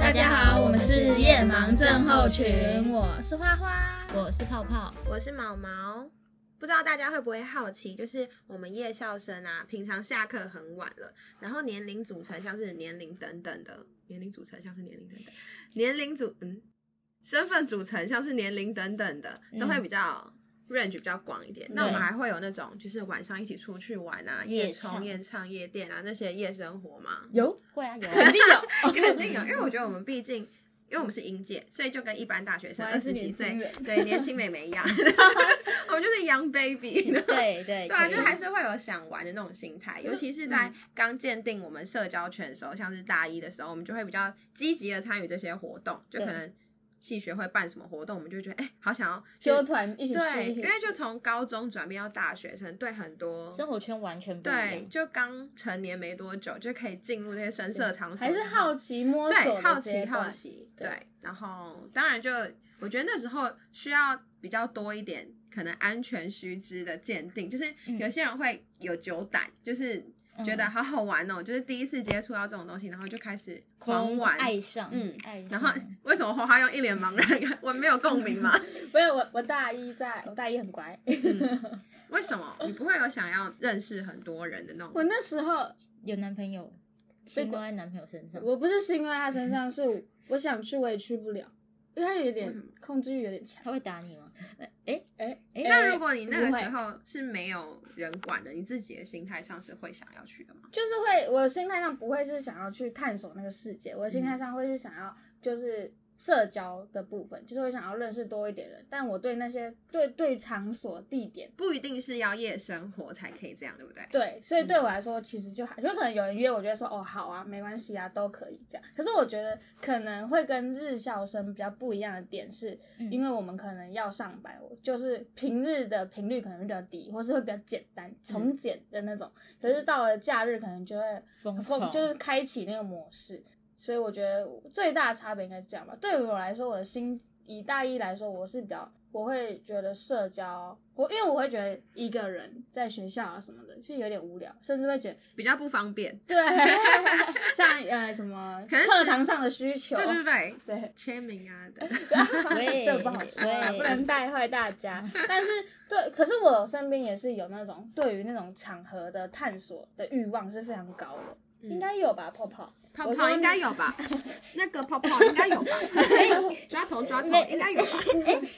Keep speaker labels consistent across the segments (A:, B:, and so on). A: 大家好，我们是夜盲症候群，我是花花。
B: 我是泡泡，
C: 我是毛毛。不知道大家会不会好奇，就是我们夜校生啊，平常下课很晚了，然后年龄组成像是年龄等等的，年龄组成像是年龄等等，年龄组嗯，身份组成像是年龄等等的，都会比较 range 比较广一点。那我们
B: 对
C: 还会有那种就是晚上一起出去玩啊，
B: 夜
C: 夜冲、
B: 唱
C: 夜唱、夜店啊那些夜生活嘛，
B: 有会啊有，嗯肯 定有，
C: 肯定有，因为我觉得我们毕竟。因为我们是应届，所以就跟一般大学生
B: 我
C: 二
B: 还是
C: 十几
B: 年轻
C: 岁
B: 人，
C: 对年轻妹妹 一样， 我们就是 young baby。
B: 对 对
C: 对啊，
B: 可以
C: 就还是会有想玩的那种心态，尤其是在刚鉴定我们社交圈的时候，像是大一的时候，我们就会比较积极的参与这些活动，就
B: 对
C: 可能系学会办什么活动，我们就会觉得哎、好想要
B: 纠
C: 就
B: 团一起去，
C: 对，
B: 一起
C: 因
B: 去
C: 为就从高中转变到大学生，对很多
B: 生活圈完全不
C: 对
B: 一样，
C: 就刚成年没多久就可以进入这些深色场所，
B: 还是好奇摸索
C: 对
B: 的
C: 好
B: 阶
C: 奇
B: 段
C: 好奇
B: 对
C: 对，然后当然就我觉得那时候需要比较多一点可能安全须知的鉴定，就是
B: 嗯
C: 有些人会有酒胆，就是觉得
B: 嗯
C: 好好玩哦，就是第一次接触到这种东西，然后就开始狂
B: 疯
C: 玩。
B: 爱上，
C: 嗯
B: 爱
C: 然
B: 上，
C: 后为什么花花用一脸茫然？ 我没有共鸣 吗？
B: 不是我我大一在，我大一很乖，
C: 嗯为什么你不会有想要认识很多人的那
B: 我
C: 种？
B: 那时候
A: 有男朋友，
B: 被
A: 心都在男朋友身上。
B: 我不是是因为他身上，是我我想去我也去不了，因为他有点控制欲有点强。
A: 他会打你吗？哎，
B: 哎，
A: 哎
C: 那如果你那
B: 不
C: 个
B: 会
C: 时候是没有人管的，你自己的心态上是会想要去的吗？
B: 就是会，我的心态上不会是想要去探索那个世界，我的心态上会是想要就是社交的部分，就是会想要认识多一点人。但我对那些对对场所地点，
C: 不一定是要夜生活才可以这样，对不对？
B: 对，所以对我来说其实就还就可能有人约，我觉得说哦好啊，没关系啊，都可以这样。可是我觉得可能会跟日校生比较不一样的点是，
A: 嗯
B: 因为我们可能要上班，我就是平日的频率可能比较低，或是会比较简单、
C: 嗯
B: 从简的那种。可是到了假日，可能就会
A: 疯
B: 很疯，
A: 狂
B: 就是开启那个模式。所以我觉得最大的差别应该是这样吧。对于我来说，我的心以大一来说，我是比较我会觉得社交，我因为我会觉得一个人在学校啊什么的，是有点无聊，甚至会 觉得
C: 比较不方便。
B: 对， 像呃什么
C: 可能是
B: 课堂上的需求，
C: 对对对，
B: 对。
C: 签名啊的，
A: 喂
B: 这个不好说啦，
A: 喂
B: 不能带坏大家。但是对，可是我身边也是有那种对于那种场合的探索的欲望是非常高的，应该有吧，泡泡。
C: 泡 泡
B: 我说
C: 应该有吧？ 那个泡泡应该有 吧？抓头抓头应该有吧？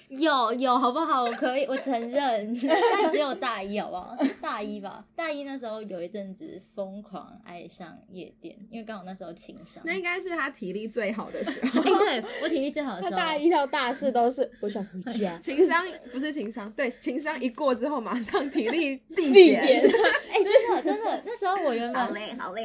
A: 有有好不好？我可以，我承 认，但只有大一好不好？大一吧，大一那时候有一阵子疯狂爱上夜店，因为刚好那时候情商。
C: 那应该是他体力最好的时候。，
A: 哎，对我体力最好的
B: 他
A: 时候，哎
B: 大一到大四都是我想回家
C: 情商不是情商，对，情商一过之后，马上体力递
B: 必
C: 减。
B: 减。
A: 哎，真的真的，那时候我原本
B: 啊
C: 好累，好累。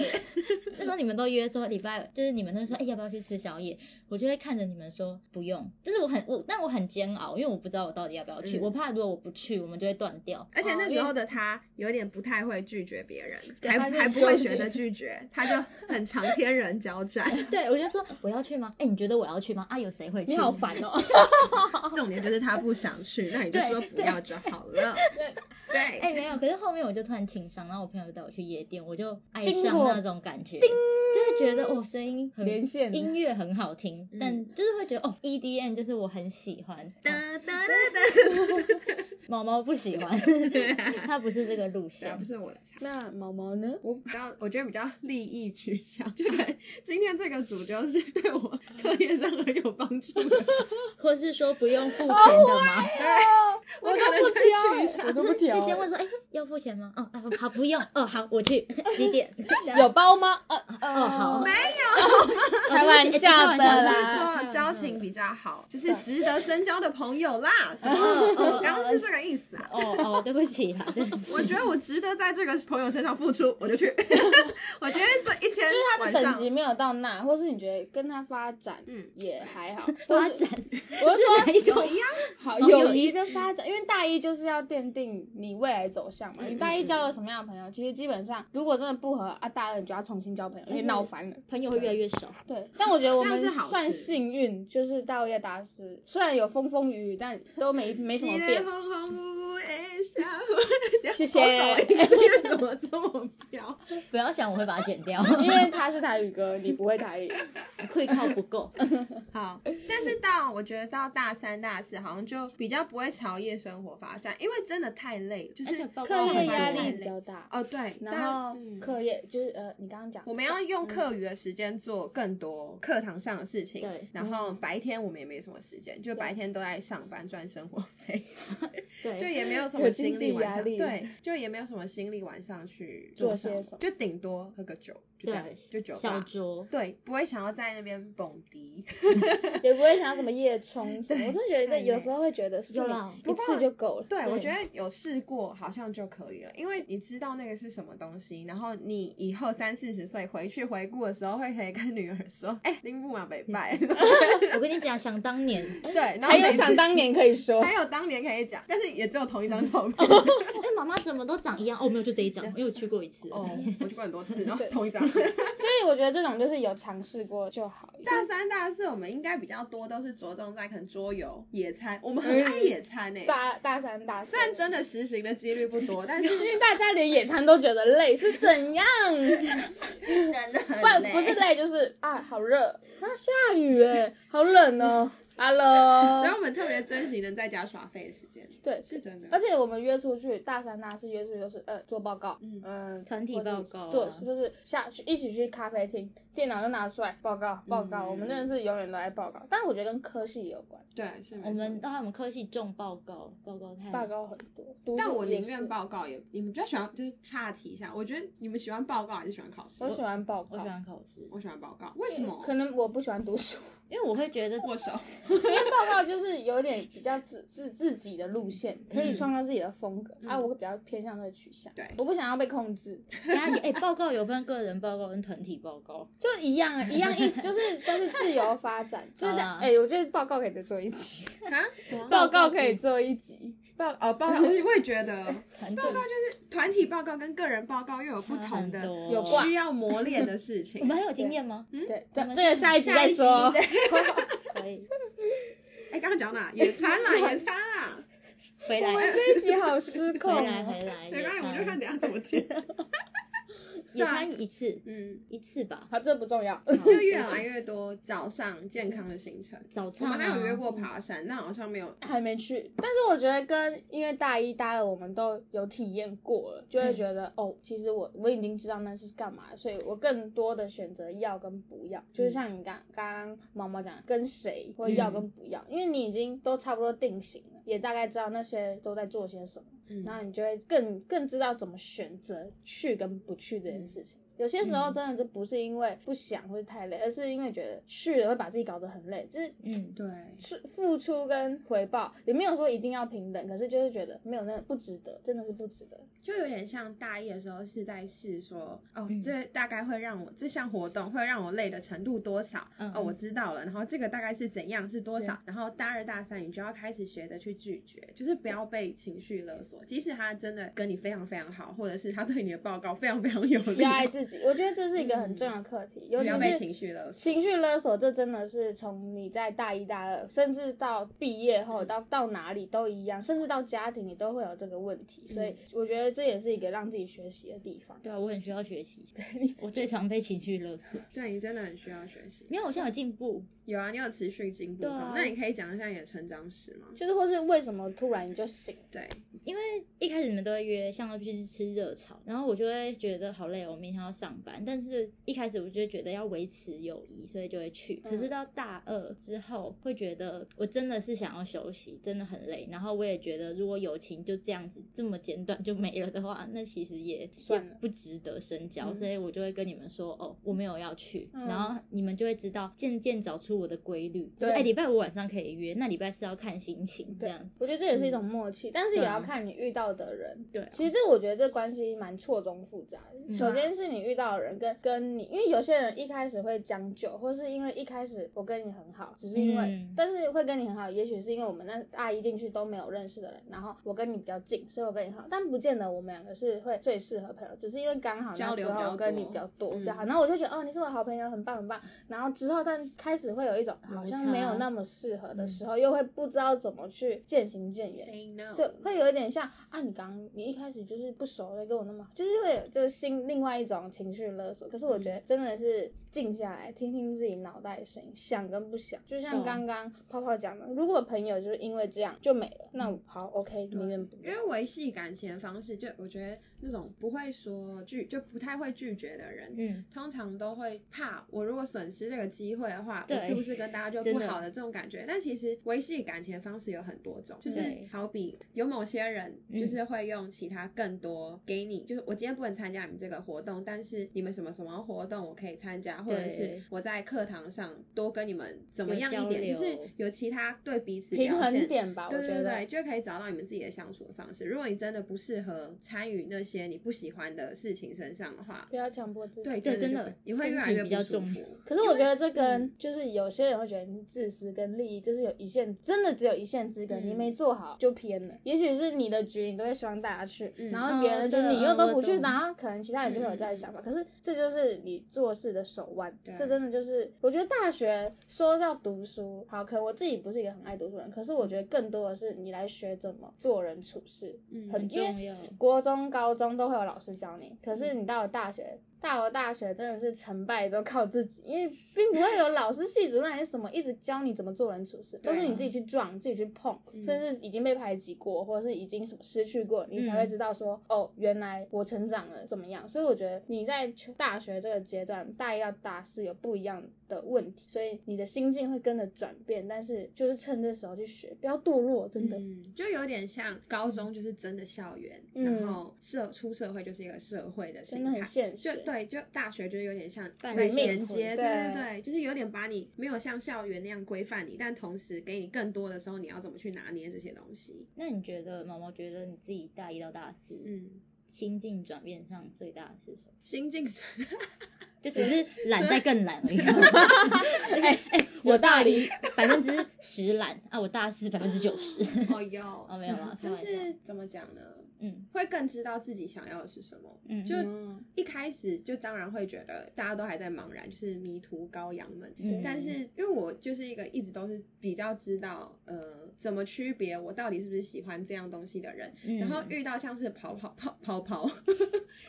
A: 那时候你们都约说礼拜，就是你们都说哎、要不要去吃宵夜，我就会看着你们说不用，就是我很我，但我很煎熬，因为我不知道我到底要不要去，
C: 嗯
A: 我怕如果我不去，我们就会断 掉。
C: 而且那时候的他有点不太会拒绝别人，
B: 对
C: 还
B: 他就
C: 还不会
B: 纠结
C: 学的拒绝，他就很常天人交 战。
A: 对，我就说我要去吗？哎、你觉得我要去吗？啊，有谁会去？
B: 你好烦哦！
C: 重点就是他不想去，那你就说不要就好了。
B: 对
C: 对
A: 哎、没有，可是后面我就突然情商，然后我朋友就带我去夜店，我就爱
B: 叮
A: 上
B: 过
A: 那种感觉，就是觉得哦，声音很
B: 连线
A: 音乐很好听，
C: 嗯
A: 但就是会觉得哦，EDM 就是我很喜欢， 哦
C: 哒哒哒
A: 毛毛不喜 欢，他不是这个路线
B: 啊
C: 哒，不，是我的菜。
B: 那毛毛呢？
C: 我比较，我觉得比较利益取向，就可能 今天这个主角是对我课业上很有帮助 的，
A: 或是说不用 付钱的吗？
C: 我可能就取
B: 我
C: 向。
B: 都不挑
A: 就先问说，哎、要付钱吗？哦，啊好，不用。哦，好，我去几点？
B: 有包吗？呃
A: 哦，好，哦
B: 呃，
A: 没有，
B: 开玩笑
A: 哎
B: 的
C: 我
B: 啦
C: 是说交情比较好，就是值得深交的朋友啦。什 么？我刚刚是这个意思啊。
A: 哦哦，对不起啦，对不 起。
C: 我觉得我值得在这个朋友身上付出，我就 去。我觉得这一天
B: 就是他
C: 晚
B: 的
C: 上
B: 等级没有到那，或是你觉得跟他发展，
C: 嗯
B: 也还好。
A: 发
B: 或是
A: 展
B: 我是说
A: 哪一种
C: 一样。
B: 好
A: 友
B: 友
A: 谊
B: 谊的发展，因为大一就是要奠定你未来走向嘛。
C: 嗯
B: 你大一交了什么样的朋友，其实基本上如果真的不合啊，大二你就要重新交朋友，因为闹翻了。
A: 朋友会越来越少。
B: 对，但我觉得我
C: 嗯
B: 们
C: 这样是好事
B: 算幸运，就是大二大四虽然有风风雨雨，但都没没什么
C: 记
B: 变
C: 得。轰轰呼，哎，下呼，
B: 谢谢
C: 欸今天怎么这么飘？
A: 不要想我会把它剪掉
B: 因 为他是台语歌，你不会 台语，
A: ，quick 靠不 够。
C: 好，但是到我觉得到大三、大四，好像就比较不会朝夜生活发展，因为真的太累了，就
A: 而
C: 是
A: 且报告
B: 课
A: 上班
B: 业压
A: 太
B: 力比
A: 累
B: 较大，
C: 哦，对，
B: 然
C: 但
B: 后
A: 嗯
B: 课业就是呃，你刚刚讲
C: 我们要用课余的时间做更多课堂上的事情，
A: 对
C: 然后白天我们也没什么时间，就白天都在上班赚生活 费，就
A: 对，
C: 也没有什
B: 有
C: 么
B: 经
C: 心
B: 济
C: 力晚
B: 压
C: 上，
B: 力
C: 对，就也没有什么心力晚上去
B: 做
C: 什
B: 些
C: 么
B: 什么
C: 就顶多喝个酒，就这样
A: 对，
C: 就酒
A: 小
C: 吧。
A: 酌，
C: 对，不会想要在那边蹦迪。
B: 也不会想要什么夜冲什么，我真的觉
C: 太
B: 得
C: 累
B: 有时候会觉得是
A: 有啦
B: 一次就够了。
C: 对，
A: 对
C: 我觉得有试过好像就可以了，因为你知道那个是什么东西，然后你以后三四十岁回去回顾的时候，会可以跟女儿说：“哎、林布马北拜。”
A: 我跟你讲，想当年，哎
C: 对，然后
B: 还有
C: 每次
B: 想当年可 以说，
C: 还有当年可以讲，但是也只有同一张照片。
A: 哎，妈妈怎么都长一样？哦，没有，就这一张，因为我去过一次。
C: 哦，我去过很多次，然后
B: 对
C: 同一 张。
B: 所以我觉得这种就是有尝试过就好。
C: 大三、大四我们应该比较多都是着重在可能桌游、野餐，我们很爱野餐诶、
B: 大大三大四，
C: 虽然真的实行的几率不多，但是
B: 因为大家连野餐都觉得累是怎 样？
C: 真的很
B: 不 不是累就是啊，好热，啊下雨哎，好冷 哦。Hello，
C: 所以我们特别珍惜能在家耍废的时间，
B: 对，
C: 是真的
B: 而。且我们约出去，大三、大四约出去都是呃做报告，
C: 嗯
B: 嗯，
A: 团体
B: 或是
A: 报告啊
B: 对，就是下去一起去咖啡厅，电脑就拿出来报告报告。
C: 嗯
B: 我们真的是永远都在报告，但我觉得跟科系有关，
C: 对，是没错
A: 我们到我们科系重报告，报告太
B: 报告很多。读
C: 但
B: 书
C: 我
B: 也
C: 宁愿
B: 是，
C: 报告也，你们比较喜欢就是岔题一下，我觉得你们喜欢报告还是喜欢考试？
B: 我喜欢报
A: 我
B: 告
A: 喜，欢考试，
C: 我喜欢报告，为什么？
B: 可能我不喜欢读 书，
A: 因为我会觉得
C: 握手，
B: 因为报告就是有点比较自自自己的路线，可以创造自己的风格啊。我比较偏向那个取向，
C: 嗯对
B: 我不想要被控制，
A: 等一下哎、报告有分个人报告跟团体报告，
B: 就一样 啊，一样意思，就是都是自由发展。真的，
A: 好啦
B: 哎、我觉得报告可以再做一集，
C: 啊？什么？
B: 报告可以做一集。
C: 报哦报告，我也我也觉得
A: 团
C: 报告就是团体报告跟个人报告又有不同的
B: 有
A: 挂
B: 挂。
C: 需要磨练的事情
A: 我。们还有经验吗？
C: 嗯
B: 对，
A: 我们
B: 这个下一集再说。
C: 下一集再
A: 可以
C: 哎，刚刚讲到哪？野餐啦，野餐啦。
A: 回
B: 我们
A: 来。
B: 这一集好失控、
A: 回来
B: 哦
A: 回，来，
C: 没关系，我们就看啊等
A: 也
C: 一下怎么接。
A: 也参一次
C: 嗯，
A: 一次 吧。
B: 好，这不重要。
A: 好
C: 就越来越多早上健康的行程。
A: 早
C: 我
A: 餐、啊、
C: 们还有约过爬山，那好像没有。
B: 还没去，但是我觉得跟因为大一、大二我们都有体验过了，就会觉得、哦，其实我我已经知道那是干嘛，所以我更多的选择要跟不要，就是像你刚刚刚毛毛讲的，跟谁或要跟不要，因为你已经都差不多定型了，也大概知道那些都在做些什么，
C: 嗯
B: 然后你就会更更知道怎么选择去跟不去这件事情。有些时候真的就不是因为不想或者太累，而是因为觉得去了会把自己搞得很累，就是
A: 嗯，
C: 对，
B: 是付出跟回报，也没有说一定要平等，可是就是觉得没有那不值得，真的是不值得。
C: 就有点像大一的时候是在试说，哦
A: 嗯，
C: 这大概会让我这项活动会让我累的程度多少？
A: 嗯
C: 哦，我知道了。然后这个大概是怎样是多少？然后大二大三你就要开始学着去拒绝，就是不要被情绪勒索。即使他真的跟你非常非常好，或者是他对你的报告非常非常有利
B: 要，爱自己，我觉得这是一个很重要的课题，尤
C: 不
B: 其
C: 要被情
B: 是
C: 绪勒索。
B: 情绪勒索，这真的是从你在大一、大二，甚至到毕业后，到到哪里都一样，甚至到家庭你都会有这个问题，所以我觉得这也是一个让自己学习的地方。
A: 对啊，我很需要学习。我最常被情绪勒索，
C: 对你真的很需要学习。
A: 没有，我现在有进步。
C: 有啊，你有持续进步中。
A: 对啊
C: 那你可以讲一下你的成长史吗？
B: 就是或是为什么突然你就醒了？
C: 对，
A: 因为一开始你们都会约，像要去吃热炒，然后我就会觉得好累哦，我明天要上班。但是一开始我就会觉得要维持友谊，所以就会去。可
B: 嗯
A: 是到大二之后，会觉得我真的是想要休息，真的很累。然后我也觉得，如果友情就这样子这么简短就没了的话，那其实也
B: 算了
A: 也不值得深交。
C: 嗯
A: 所以我就会跟你们说，哦，我没有要去。
B: 嗯
A: 然后你们就会知道，渐渐找出我的规律，就是
B: 对
A: 哎，礼拜五晚上可以约，那礼拜四要看心情这样子。
B: 我觉得这也是一种默契，但是也要看你遇到的人。
A: 对啊
B: 其实这我觉得这关系蛮错综复杂的。
A: 嗯
B: 首先是你遇到的人跟跟你，因为有些人一开始会将就，或是因为一开始我跟你很好，只是因为，
A: 嗯
B: 但是会跟你很好，也许是因为我们那大一进去都没有认识的人，然后我跟你比较近，所以我跟你很好，但不见得我们两个是会最适合朋友，只是因为刚好那
C: 交流
B: 时
C: 比较
B: 候我跟你
C: 多
B: 比较多，
C: 嗯
B: 比较好，然后我就觉得哦，你是我的好朋友，很棒很棒。然后之后，但开始会有一种
A: 摩
B: 好像
A: 擦
B: 没有那么适合的时候，又会不知道怎么去渐行渐远。
C: Say no，
B: 对，会有一点像啊，你刚你一开始就是不熟的，跟我那么好，就是会有就是新另外一种情绪勒索。可
C: 嗯
B: 是我觉得真的是静下来，听听自己脑袋的声音，想跟不想。就
C: 啊
B: 像
A: 懂
B: 刚刚泡泡讲的，如果朋友就是因为这样就没了，
C: 嗯
B: 那我好 OK，
C: 对
B: 宁愿不要
C: 因为维系感情的方式，就我觉得那种不会说拒，就不太会拒绝的人，
A: 嗯，
C: 通常都会怕我如果损失这个机会的话，
A: 对
C: 我是不是跟大家就
A: 真
C: 不
A: 的
C: 好的这种感觉？但其实维系感情的方式有很多种，就是
A: 对
C: 好比有某些人
A: 嗯
C: 就是会用其他更多给你，就是我今天不能参加你们这个活动，但是你们什么什么活动我可以参加，或者是
A: 对
C: 我在课堂上多跟你们怎么
A: 有
C: 样
A: 交
C: 一点，
A: 流
C: 就是有其他对彼此
B: 平
C: 表现
B: 衡点吧，我
C: 对
B: 觉
C: 对
B: 得
C: 对，。就可以找到你们自己的相处的方式。如果你真的不适合参与那些你不喜欢的事情身上的话，
B: 不要强迫自己。
C: 对
A: 对
C: 真
A: 真
C: 的
A: 的
C: 就会你会
A: 身
C: 越来
A: 体
C: 越
A: 比
C: 不
A: 较
C: 舒
A: 重
C: 服
B: 可是我觉得这
C: 嗯
B: 跟就是有些人会觉得你是自私跟利益，就是有一线，真的只有一线之隔，
A: 嗯
B: 你没做好就偏了。也许是你的局，你都会希望大家去，
C: 嗯
B: 然后别人就
A: 哦对
B: 你又都不
A: 我
B: 去，
A: 懂嗯
B: 然后可能其他人就会有这样的想法。可是这就是你做事的手腕
C: 对，
B: 这真的就是我觉得大学说要读书，好，可能我自己不是一个很爱读书的人，可是我觉得更多的是你来学怎么做人处事，
C: 嗯
B: 很
A: 很
B: 因为
A: 重要。
B: 国中、高中都会有老师教你，可是你到了大学，到了大学真的是成败都靠自己，因为并不会有老师、系主任还是什么一直教你怎么做人处事，
C: 对啊
B: 都是你自己去撞、自己去碰，
C: 嗯
B: 甚至已经被排挤过，或者是已经什么失去过，你才会知道说，
C: 嗯
B: 哦，原来我成长了怎么样。所以我觉得你在求大学这个阶段，大一到大四有不一样的问题，所以你的心境会跟着转变，但是就是趁这时候去学，不要堕落，真的。
C: 嗯，就有点像高中就是真的校园，
B: 嗯
C: 然后社出社会就是一个社会的
B: 真
C: 心
B: 的很
C: 态。
B: 现
C: 就
B: 实，
C: 对，就大学就有点像
A: 半
C: 在衔
A: 闲
C: 接，
B: 混
C: 对对
B: 对
C: 对，就是有点把你没有像校园那样规范你，但同时给你更多的时候，你要怎么去拿捏这些东西？
A: 那你觉得毛毛觉得你自己大一到大四，
C: 嗯，
A: 心境转变上最大的是什么？
C: 心境
A: 就只是懒再更懒 而已。哎哎，我大一百分之十懒啊，我大四百分之九 十。
C: 哦有
A: 哦，没有啦，开
C: 就
A: 玩笑
C: 是怎么讲呢？
A: 嗯
C: 会更知道自己想要的是什么。
A: 嗯，
C: 就
B: 嗯
C: 一开始就当然会觉得大家都还在茫然，就是迷途羔羊们。
A: 嗯
C: 但是因为我就是一个一直都是比较知道呃怎么区别我到底是不是喜欢这样东西的人，
A: 嗯
C: 然后遇到像是跑 跑泡泡泡，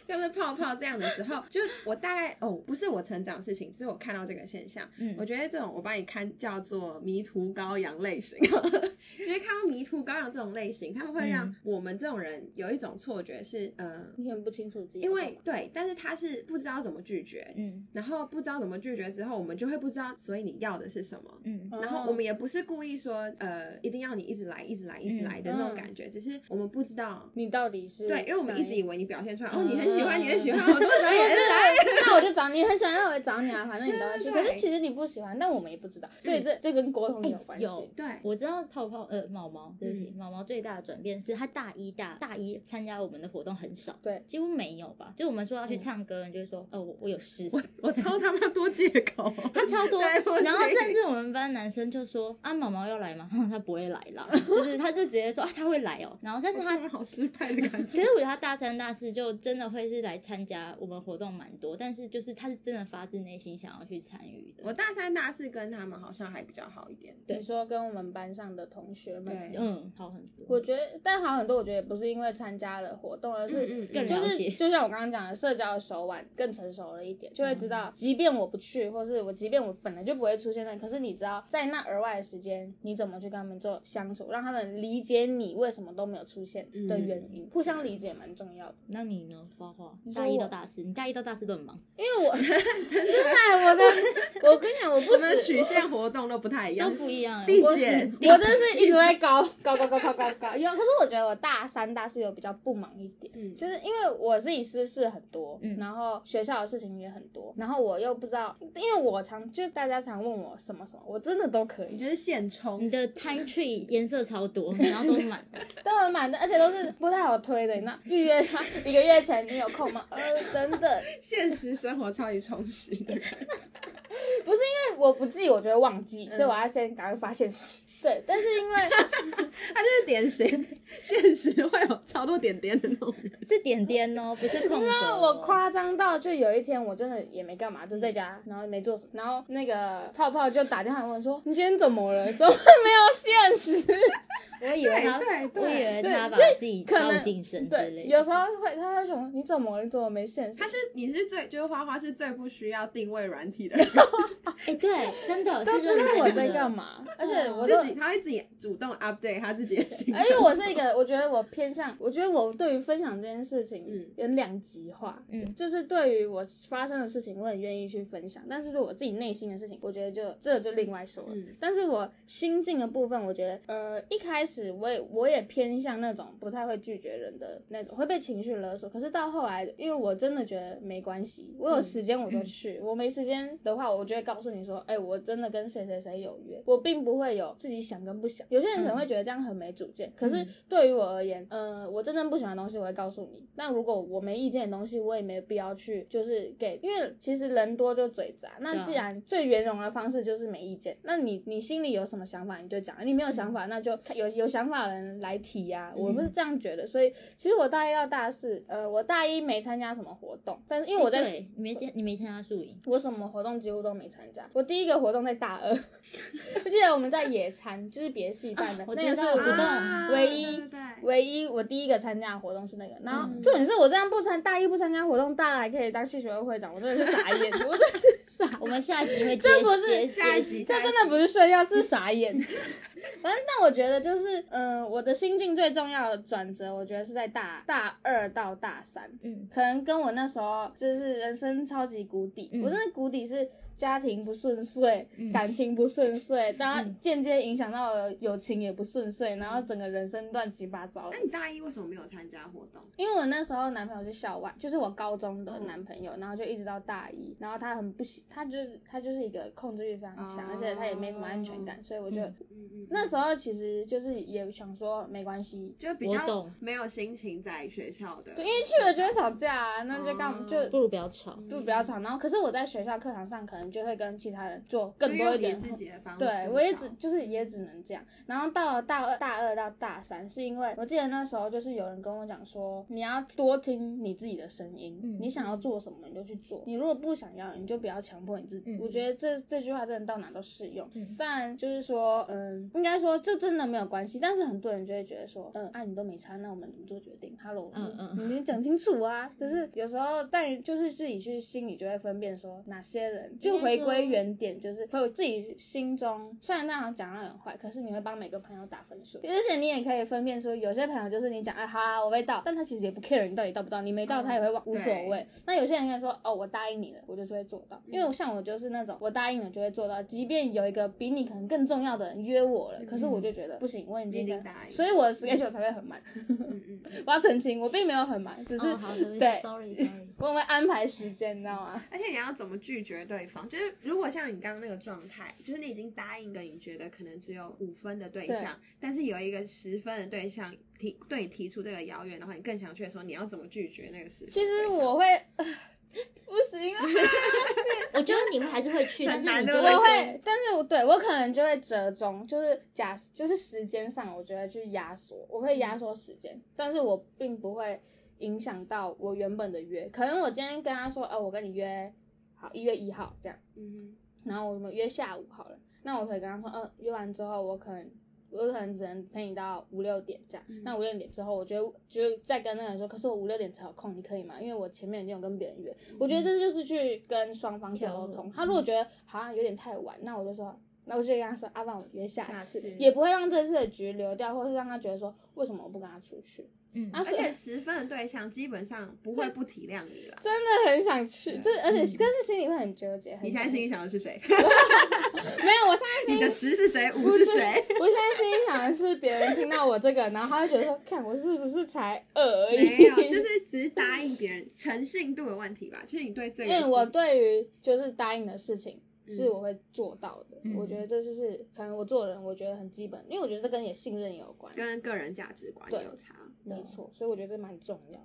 C: 像是泡泡这样的时候，就我大概哦不是我成长的事情，是我看到这个现象，
A: 嗯
C: 我觉得这种我把你看叫做迷途羔羊类型， 就是看到迷途羔羊这种类型，他们会让
A: 嗯
C: 我们这种人有一种错觉是，呃，
B: 你很不清楚自己的
C: 因
B: 想法，
C: 为对，但是他是不知道怎么拒绝，
A: 嗯
C: 然后不知道怎么拒绝之后，我们就会不知道，所以你要的是什么。
A: 嗯
B: 嗯
C: 然后我们也不是故意说，呃，一定要你一直来、一直来、一直来的那种
B: 嗯
C: 感觉，只是我们不知道，
B: 你到底是
C: 对，因为我们一直以
B: 为
C: 为你表现出来，哦，
B: 嗯
C: 你很喜欢，你很喜欢，我多喜欢你，来，
B: 那我就找你，很想让我找你啊，反正你都会去。
C: 对
B: 可
C: 对对嗯
B: 是其实你不喜欢，但我们也不知道，所以这这跟沟通也有关系。
A: 有
C: 对，
A: 我知道泡泡呃毛毛，对不起，
C: 嗯
A: 毛毛最大的转变是他大一大大一参加我们的活动很少，
B: 对
A: 几乎没有吧？就我们说要去唱歌，你就会说哦我我有事，
C: 嗯我我超他妈多借口，
A: 他超多
C: 对我，
A: 然后
C: 这个
A: 甚至我们班男生就说啊毛毛要来吗？ 哼他不会来啦，就是他就直接说啊他会来哦，然后但是
C: 我
A: 他
C: 突然好失败的感
A: 其
C: 觉
A: 实。我觉得他大三、大四就真的会是来参加我们活动蛮多，但是就是他是真的发自内心想要去参与的。
C: 我大三、大四跟他们好像还比较好一点，
B: 你说跟我们班上的同学们，
C: 对，
A: 嗯，好很多。
B: 我觉得，但好很多，我觉得也不是因为参加了活动，而
C: 嗯
B: 是
C: 嗯嗯
A: 更
B: 就
A: 了
B: 是
A: 解
B: 就像我刚刚讲的，社交的手腕更成熟了一点，就会知道，即便我不去，或是我即便我本来就不会出现在，可是你知道，在那额外的时间，你怎么去跟他们做相处，让他们理解你为什么都没有出现的原因，互相理解蛮重要的。
A: 那你呢？花花
B: 你说
A: 大一
B: 我
A: 到大四，你大一到大四都很忙，
B: 因为我 真的我的，我跟你讲，我不
C: 我们的
B: 止
C: 曲线活动都不太一
A: 都
C: 样，
A: 不一样欸。
C: 地
A: 我
C: 姐，
B: 我真是一直在高高高高高高高，有可是我觉得我大三大四有比较不忙一点，
C: 嗯
B: 就是因为我自己私事很多，
A: 嗯
B: 然后学校的事情也很多，然后我又不知道，因为我常就大家常问我什么什么，我真的都可以
C: 你，就是现
A: 你
C: 充，
A: 的 time tree 颜色超多，然后都是满的。
B: 都很满的，而且都是不太好推的。那预约他一个月前你有空吗？呃，等等，
C: 现实生活超级充实的。
B: 不是因为我不记，我就会忘记，所以我要先赶快发现 实。对，但是因为
C: 他就是典型现实会有超多点点的那种人。
A: 是点点哦，不是空格、
B: 那
A: 哦。
B: 我夸张到，就有一天我真的也没干嘛，就在家，
A: 嗯
B: 然后也没做什么，然后那个泡泡就打电话问 我说：“你今天怎么了？怎么会没有现实
A: 我以为他，
C: 对对对
A: 我以为他把自己
B: 可能
A: 照进神？”之
B: 对，
A: 类
B: 有
A: 的。
B: 时候会他会说：“你怎么了？你怎么没现实
C: 他是你是最就是花花是最不需要定位软体的人，
A: 哎、对，真的？”
B: 都
A: 是
B: 知道我在干
A: 嘛。
B: 嘛，而且我都
C: 自己他会自己主动 update 他自己的行
B: 而 且我是一个，我觉得我偏向，我觉得我对于分享这件事情
C: 嗯
B: 有两极化，
A: 嗯
B: 就是对于我发生的事情，我很愿意去分享，但是对我自己内心的事情，我觉得就这就另外说了。
C: 嗯
B: 但是我心境的部分，我觉得，呃，一开始我也我也偏向那种不太会拒绝人的那种，会被情绪勒索。可是到后来，因为我真的觉得没关系，我
C: 嗯
B: 有时间我就去，我没时间的话，我就会告诉你说，哎、我真的跟谁谁谁有约，我并不会有自己想跟不想。有些人可能会觉得这样很没主见，可是
A: 嗯
B: 对于我而言，呃，我真正不喜欢的东西，我会告诉你。那如果我没意见的东西，我也没必要去就是给，因为其实人多就嘴杂。那
A: 对啊
B: 既然最圆融的方式就是没意见，那你你心里有什么想法你就讲，你没有想法
A: 嗯
B: 那就看有有想法的人来提呀、我会这样觉得。所以其实我大一到大四，呃，我大一没参加什么活动，但是因为我在。
A: 哎对，你没见，你没参加宿营，
B: 我什么活动几乎都没参加。我第一个活动在大二， 我记得我们在野餐，就是别系办的，
A: 我
B: 那个
A: 知
B: 是
A: 道
B: 我
A: 主动
C: 啊
B: 唯一
C: 对对对
B: 唯一我第一个参加的活动是那个，然后
A: 嗯
B: 重点是我这样不参大一不参加活动，大二还可以当系学会会长，我真的是傻 眼，我真的是 傻，
A: 我们下一集会接
B: 这不是
A: 接
C: 下一
A: 接
C: 集，
B: 这
C: 下一集
B: 真的不是睡觉，是傻眼。 反正但我觉得就是，嗯、我的心境最重要的转折，我觉得是在大大二到大三，
A: 嗯，
B: 可能跟我那时候就是人生超级谷底，
A: 嗯
B: 我真的谷底是家庭不顺遂，
A: 嗯
B: 感情不顺遂，当然
A: 嗯
B: 间接影响到了友情也不顺遂，然后整个人生乱七八糟的
C: 那。你大一为什么没有参加活动？
B: 因为我那时候男朋友是校外，就是我高中的
C: 嗯
B: 男朋友，然后就一直到大一，然后他很不喜，他就是他就是一个控制欲非常强，
C: 哦
B: 而且他也没什么安全感，所以我就、
A: 嗯
C: 嗯嗯，
B: 那时候其实就是也想说没关系，
C: 就比
A: 我
C: 较
A: 懂
C: 没有心情在学校的，
B: 对，因为去了就会吵架、啊，那就干、
C: 哦
B: 就
A: 不如不要吵。
B: 就不要吵。然后可是我在学校课堂上可能就会跟其他人做更
C: 就
B: 多一
C: 用你
B: 点
C: 自己的方式。
B: 对，我也只就是也只能这样。然后到了大二、大二到大三，是因为我记得那时候就是有人跟我讲说，你要多听你自己的声音，
A: 嗯
B: 你想要做什么你就去做，你如果不想要，你就不要强迫你自己。
A: 嗯
B: 我觉得这这句话真的到哪都适用。
A: 嗯
B: 但就是说，嗯，应该说这真的没有关系，但是很多人就会觉得说，嗯，啊，你都没差，那我们怎么做决定？Hello，
A: 嗯嗯
B: 你你讲清楚 啊。可是有时候，但就是自己去心里就会分辨说哪些人，就回归原点，就是会有自己心中，虽然那样讲到很坏，可是你会帮每个朋友打分数，而且你也可以分辨出有些朋友就是你讲，哎，好、啊，我会到，但他其实也不 care 你到底到不到，你没到
C: 嗯
B: 他也会忘，无所
C: 对
B: 谓。那有些人会说，哦，我答应你了，我就是会做到，因为我像我就是那种，我答应了就会做到，即便有一个比你可能更重要的人约我了，可是我就觉得不行，嗯我已经
C: 已经
B: 跟
C: 答应
B: 所以我的 schedule 才会很满。
C: 嗯嗯嗯，
B: 我要澄清，我并没有很忙，只是、
A: 哦，好，对不起
B: 对
A: ，sorry sorry。
B: 我会安排时间，你知道 吗？
C: 而且你要怎么拒绝对方？就是如果像你刚刚那个状态，就是你已经答应一个你觉得可能只有五分的对象，但是有一个十分的对象提对你提出这个邀约，然后你更想去的时候，你要怎么拒绝那个十分的
B: 其
C: 对
B: 实
C: 象？
B: 我会， 不行啊，
A: 我觉得你们还是会去，但
C: 很
A: 是
C: 难
A: 你
C: 的
A: 就
C: 问
B: 我
C: 题
B: 会，但是我对我可能就会折中，就是假就是时间上，我觉得去压缩，我会压缩时间，但是我并不会影响到我原本的约。可能我今天跟他说，哦，我跟你约好一月一号这样，
C: 嗯
B: 然后我们约下午好了，那我可以跟他说，嗯，约完之后我可能。我可能只能陪你到五六点这样，
C: 嗯
B: 那五六点之后，我觉得就是再跟那个人说，可是我五六点才有空，你可以吗？因为我前面已经有跟别人
C: 嗯
B: 约，我觉得这就是去跟双方沟
A: 调
B: 通。
A: 和
B: 他如果觉得好像有点太晚，那我就说。那我就跟他说，阿、啊、爸，我们约下
C: 下
B: 次，
C: 次
B: 也不会让这次的局流掉，或是让他觉得说为什么我不跟他出去，
A: 嗯，
C: 而
B: 啊
C: 且十分的对象基本上不会不体谅你了。
B: 真的很想去，就是而且
A: 嗯
B: 但是心里会很纠结。很
C: 你现在
B: 想
C: 心里想的是谁？
B: 没有，我现在
C: 你
B: 心
C: 的十是谁？五是谁？
B: 我现在心里想的是，别人听到我这个，然后他会觉得说，看我是不是才二而已。
C: 没有，就是只是答应别人诚信度的问题吧。就是你对这
B: 因
C: 个事，
B: 为我对于就是答应的事情
C: 嗯
B: 是我会做到的，
A: 嗯
B: 我觉得这就是可能我做人我觉得很基本，因为我觉得这跟你的信任有关，
C: 跟个人价值观
B: 对
C: 有差。
B: 没错，所以我觉得这蛮重要。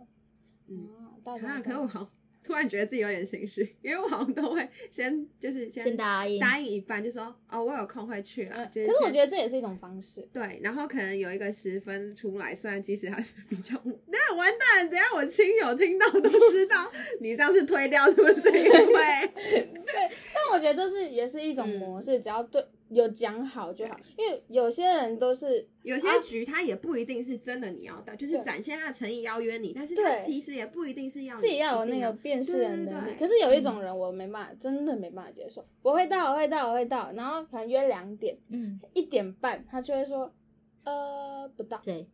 C: 嗯
B: 啊，大家
C: 啊，可是我好像突然觉得自己有点心虚，因为我好像都会先就是先
A: 先答应
C: 答应一半，就说哦我有空会去啦。
B: 嗯
C: 就
B: 可是我
C: 先
B: 觉得这也是一种方式，
C: 对，然后可能有一个十分出来，虽然即使他是比较， 那完蛋，等一下我亲友听到都知道，你这样是推掉是不是？ 因 为
B: 但我觉得这是也是一种
C: 嗯
B: 模式，只要对有讲好就好，因为有些人都是
C: 有些局他也不一定是真的你要到，就是
B: 啊对
C: 展现他的诚意邀约你，但是他
B: 对
C: 其实也不一定是要你
B: 自己要有
C: 一定
B: 那个辨识人能力
C: 对对。对嗯
B: 可是有一种人我没办法，真的没办法接受。我会到，我会到，我会到，然后可能约两点、
A: 嗯，
B: 一点半，他就会说，呃，不到，
A: 谁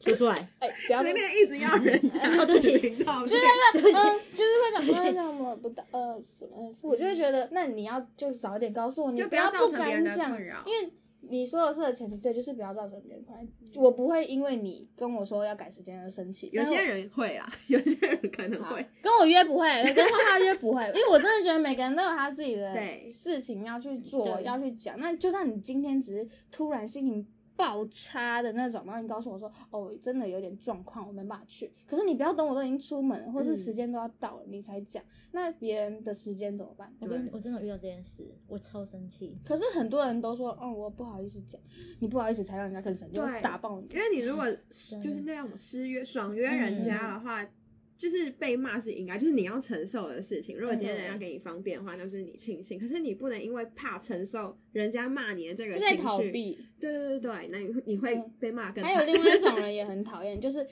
A: 说 出来？
B: 哎、不要
C: 随
B: 那么。
C: 便一直要人 家
A: 哦对不起
C: 听到，
B: 就是那个，嗯，就是会讲，呃，那么不到，呃，什么，我就会觉得，那你要就早一点告诉我，你
C: 就不要
B: 要
C: 造
B: 不
C: 成别人
B: 敢
C: 的
B: 讲，
C: 困扰。
B: 因为你所有事的前提对，就是不要造成别人困扰。我不会因为你跟我说要改时间而生气，
C: 有
B: 但是
C: 些人会啊，有些人可能
B: 好
C: 会，
B: 跟我约不会，跟花花约不会，因为我真的觉得每个人都有他自己的
C: 对
B: 事情要去做，
A: 对
B: 要去讲。那就算你今天只是突然心情爆差的那种，然后你告诉我说，哦，真的有点状况，我没办法去。可是你不要等我都已经出门了，或是
C: 嗯
B: 时间都要到了、你才讲，那别人的时间怎么办？
A: 我跟
C: 对
A: 我真的遇到这件事，我超生气。
B: 可是很多人都说，嗯，我不好意思讲，你不好意思才让人家更生气，
C: 对
B: 我打爆你。
C: 因为你如果
B: 嗯
A: 的
C: 就是那种失约、爽约人家的话，就是被骂是应该，就是你要承受的事情。如果今天人家给你方便的话，就是你庆幸。可是你不能因为怕承受人家骂你的这个
B: 是
C: 情
B: 在
C: 绪，
B: 逃避。
C: 对对对对，那你你会
B: 嗯
C: 被骂更
B: 还有
C: 惨。
B: 另外一种人也很讨厌， 就是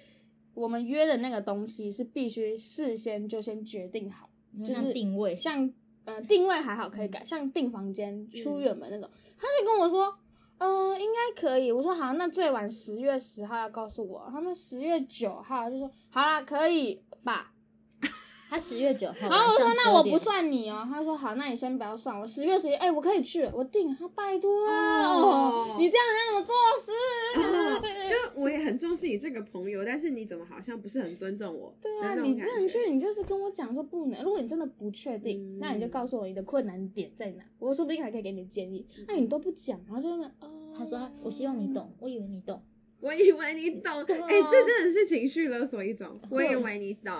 B: 我们约的那个东西是必须事先就先决定好，
A: 就
B: 就是
A: 是定位，
B: 像呃定位还好可
A: 嗯
B: 以改，像订房间、出远门那种，他就跟我说。嗯、应该可以。我说好，那最晚十月十号要告诉我。他们十月九号就说好啦，可以吧？
A: 他十月九号。
B: 然后啊我说
A: 晚上
B: 那我
A: 12点
B: 不算你哦。他说好，那你先不要算。我十月十一，哎，我可以去，我定了。他拜托、
C: 哦
B: 你这样人家怎么做事？
C: 哦
B: 对对对 对
C: 就我也很重视你这个朋友，但是你怎么好像不是很尊重我？对
B: 对啊，你不能去，你就是跟我讲说不能。如果你真的不确定，
C: 嗯
B: 那你就告诉我你的困难点在哪，我说不定还可以给你建议。那你都不讲，然后就那边哦。
A: 他说他我希望你懂，我以为你懂，
C: 我以为你懂，哎、
A: 啊
C: 这真的是情绪勒索一种。我以为你懂，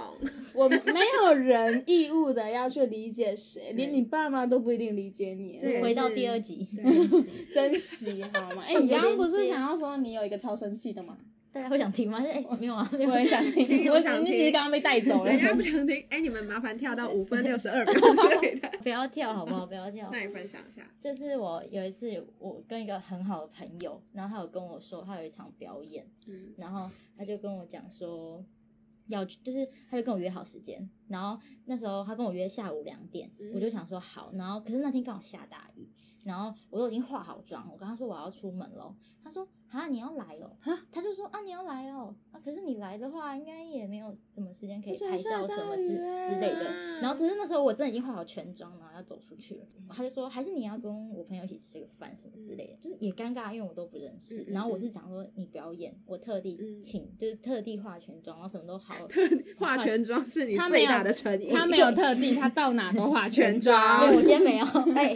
B: 我没有人义务的要去理解谁，连你爸妈都不一定理解 你。
C: 这也
A: 回
C: 是
A: 到第二集，
C: 对
B: 珍惜好吗？哎、你刚刚不是想要说你有一个超生气的吗？
A: 大家会想听吗？哎，没有啊，没有
B: 我
A: 啊。
B: 很想听，我
C: 我想
B: 只
C: 听
B: 是刚刚被 带走了
C: 人。家不想听，哎、你们麻烦跳到五分六十二秒之类的。
A: 不要跳好不好？不要跳。
C: 那你分享一下，
A: 就是我有一次，我跟一个很好的朋友，然后他有跟我说，他有一场表演，
C: 嗯，
A: 然后他就跟我讲说要去，就是他就跟我约好时间，然后那时候他跟我约下午两点，
C: 嗯
A: 我就想说好，然后可是那天刚好下大雨，然后我都已经化好妆，我跟他说我要出门咯，他说啊你要来哦，他就说啊你要来哦，啊可是你来的话应该也没有什么时间可以
B: 而且
A: 拍
B: 还下
A: 照什么
B: 大雨
A: 之
B: 欸
A: 之类的，然后只是那时候我真的已经化好全妆，然后要走出去了，
C: 嗯
A: 他就说还是你要跟我朋友一起吃个饭什么之类的，就是也尴尬，因为我都不认识
C: 嗯，嗯
A: 然后我
C: 嗯
A: 是讲说你表演，我特地
C: 嗯
A: 请，就是特地化全妆，然后什么都 好，
C: 化全妆是你
B: 他没
C: 最
B: 有
C: 大的诚意。
B: 他没有特地，他到哪都化全
A: 没有，
B: 妆
A: 我。今 天没有。哎，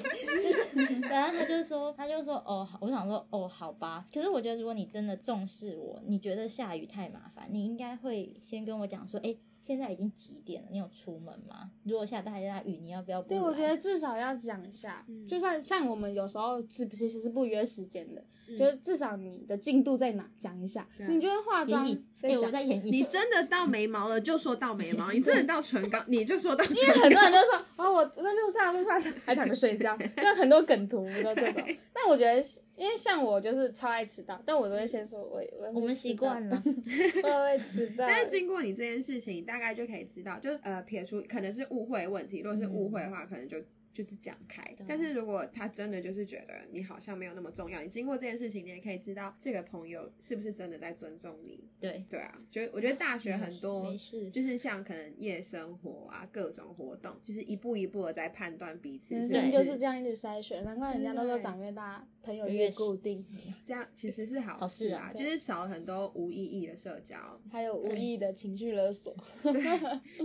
A: 反正他就说，他就说，哦，好我想说，哦，好吧。可是我觉得，如果你真的重视我，你觉得下雨太麻烦，你应该会先跟我讲说，哎，现在已经几点了？你有出门吗？如果下大雨，你要不要不
B: 对，
A: 来？
B: 我觉得至少要讲一下，
A: 嗯
B: 就算像我们有时候是其实是不约时间的，
C: 嗯
B: 就是至少你的进度在哪讲一下，
C: 对
B: 你就会化妆
A: 啊演绎，
B: 再
A: 哎，
B: 讲。
A: 我在演绎，
C: 你 真的到眉毛了就说到眉毛，你真的到唇膏你就说到唇
B: 因为很多人就说， 哦，我在路上路上还躺着睡 觉，就很多梗图都这种。但我觉得是，因为像我就是超爱迟到，但我都会先说我我
A: 我
B: 我
A: 们习惯，了，
B: 我会迟到。
C: 但是经过你这件事情，你大概就可以知道，就呃撇除可能是误会问题，如果是误会的话，可能就就是讲开
B: 啊
A: 对。
C: 但是如果他真的就是觉得你好像没有那么重要，你经过这件事情，你也可以知道这个朋友是不是真的在尊重你。
A: 对，
C: 对啊，就我觉得大学很多
A: 没事，
C: 就是像可能夜生活啊，各种活动，就是一步一步的在判断彼此
B: 人
C: 是
B: 生
C: 不
B: 就是是这样一直筛选，难怪人家都说长越大朋友越固定，
C: 这样，其实是好
A: 好
C: 事
A: 事
C: 啊，
A: 啊
B: 哦对
C: 就是少了很多无意义的社交。
B: 还有无意的情绪勒索。
C: 对，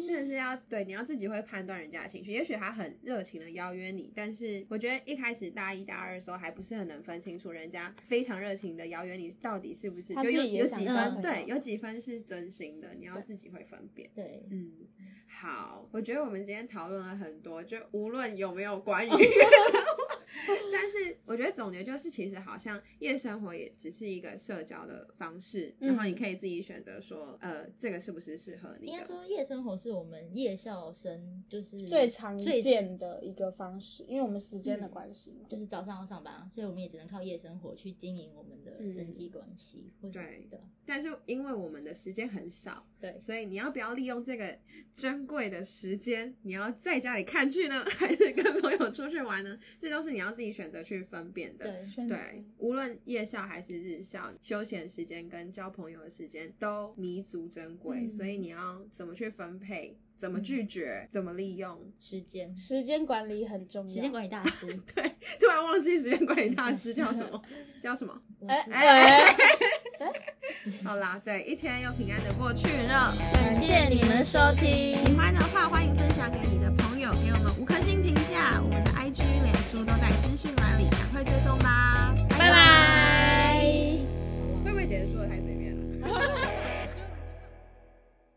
C: 真的是要对，你要自己会判断人家的情绪。也许他很热情的邀约你，但是我觉得一开始大一大二的时候还不是很能分清楚人家非常热情的邀约你到底是不是
B: 他
C: 就
B: 自己
C: 有
B: 也
C: 有几
B: 想
A: 交
C: 分
A: 朋
C: 对，
B: 友
C: 有几分是真心的，你要自己会分辨。
A: 对，
C: 嗯，好，我觉得我们今天讨论了很多，就无论有没有 关于，但是我觉得总结就是，其实好像夜生活也只是一个社交的方式，然后你
B: 嗯
C: 可以自己选择说，呃，这个是不是适合你
A: 应该
C: 的。
A: 说夜生活是我们夜校生就是
B: 最常
A: 最
B: 见的一个方式，因为我们时间的关系嘛。
A: 就是早上要上班啊，所以我们也只能靠夜生活去经营我们的
C: 嗯
A: 人际关系或什么的。
C: 但是因为我们的时间很少，
A: 对，
C: 所以你要不要利用这个珍贵的时间？你要在家里看剧呢， 还是跟朋友出去玩呢？这都是你要自己选择去分辨的。
A: 对，
B: 选择
C: 对，无论夜校还是日校，休闲时间跟交朋友的时间都弥足珍贵，
B: 嗯
C: 所以你要怎么去分配，怎么拒绝，怎么利用。
A: 时间，时
B: 时间管理很重要。
C: 啊
A: 间管理大师，
C: 突然忘记时间管理大师叫什么，叫什么？
A: 我
B: 哎
A: 知道
B: 哎，
C: 好啦，对，一天又平安的过去了。
B: 感谢你们的收听。
C: 喜欢的话，欢迎分享给你的朋友，给我们五颗星